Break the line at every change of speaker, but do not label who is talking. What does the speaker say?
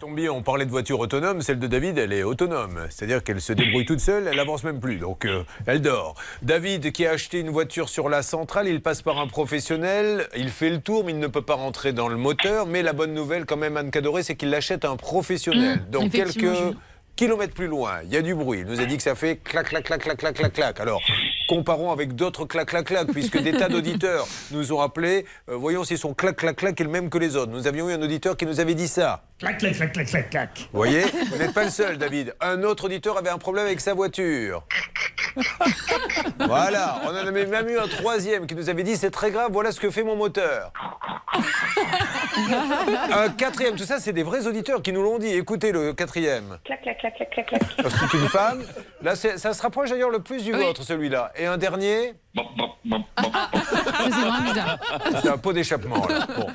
Colombier, on parlait de voiture autonome. Celle de David, elle est autonome. C'est-à-dire qu'elle se débrouille toute seule, elle avance même plus. Donc, euh, elle dort. David, qui a acheté une voiture sur la centrale, il passe par un professionnel. Il fait le tour, mais il ne peut pas rentrer dans le moteur. Mais la bonne nouvelle, quand même, Anne Cadoré, c'est qu'il l'achète à un professionnel.
Mmh,
Donc, quelques
effectivement, Julien.
kilomètres plus loin, il y a du bruit. Il nous a dit que ça fait clac, clac, clac, clac, clac, clac, clac. Alors, comparons avec d'autres clac, clac, clac, puisque des tas d'auditeurs nous ont rappelé. euh, voyons si son clac, clac, clac est le même que les autres. Nous avions eu un auditeur qui nous avait dit ça.
Clac, clac, clac, clac, clac, clac.
Vous voyez Vous n'êtes pas le seul, David. Un autre auditeur avait un problème avec sa voiture. Voilà, on en avait même eu un troisième qui nous avait dit c'est très grave, voilà ce que fait mon moteur. Un quatrième, tout ça, c'est des vrais auditeurs qui nous l'ont dit. Écoutez le quatrième.
Clac, clac, clac, clac, clac, clac.
Parce que C'est une femme. Là, c'est- ça se rapproche d'ailleurs le plus du
Oui.
vôtre, celui-là. Et un dernier,
Ça, C'est vraiment bizarre.
c'est un pot d'échappement. là. Bon.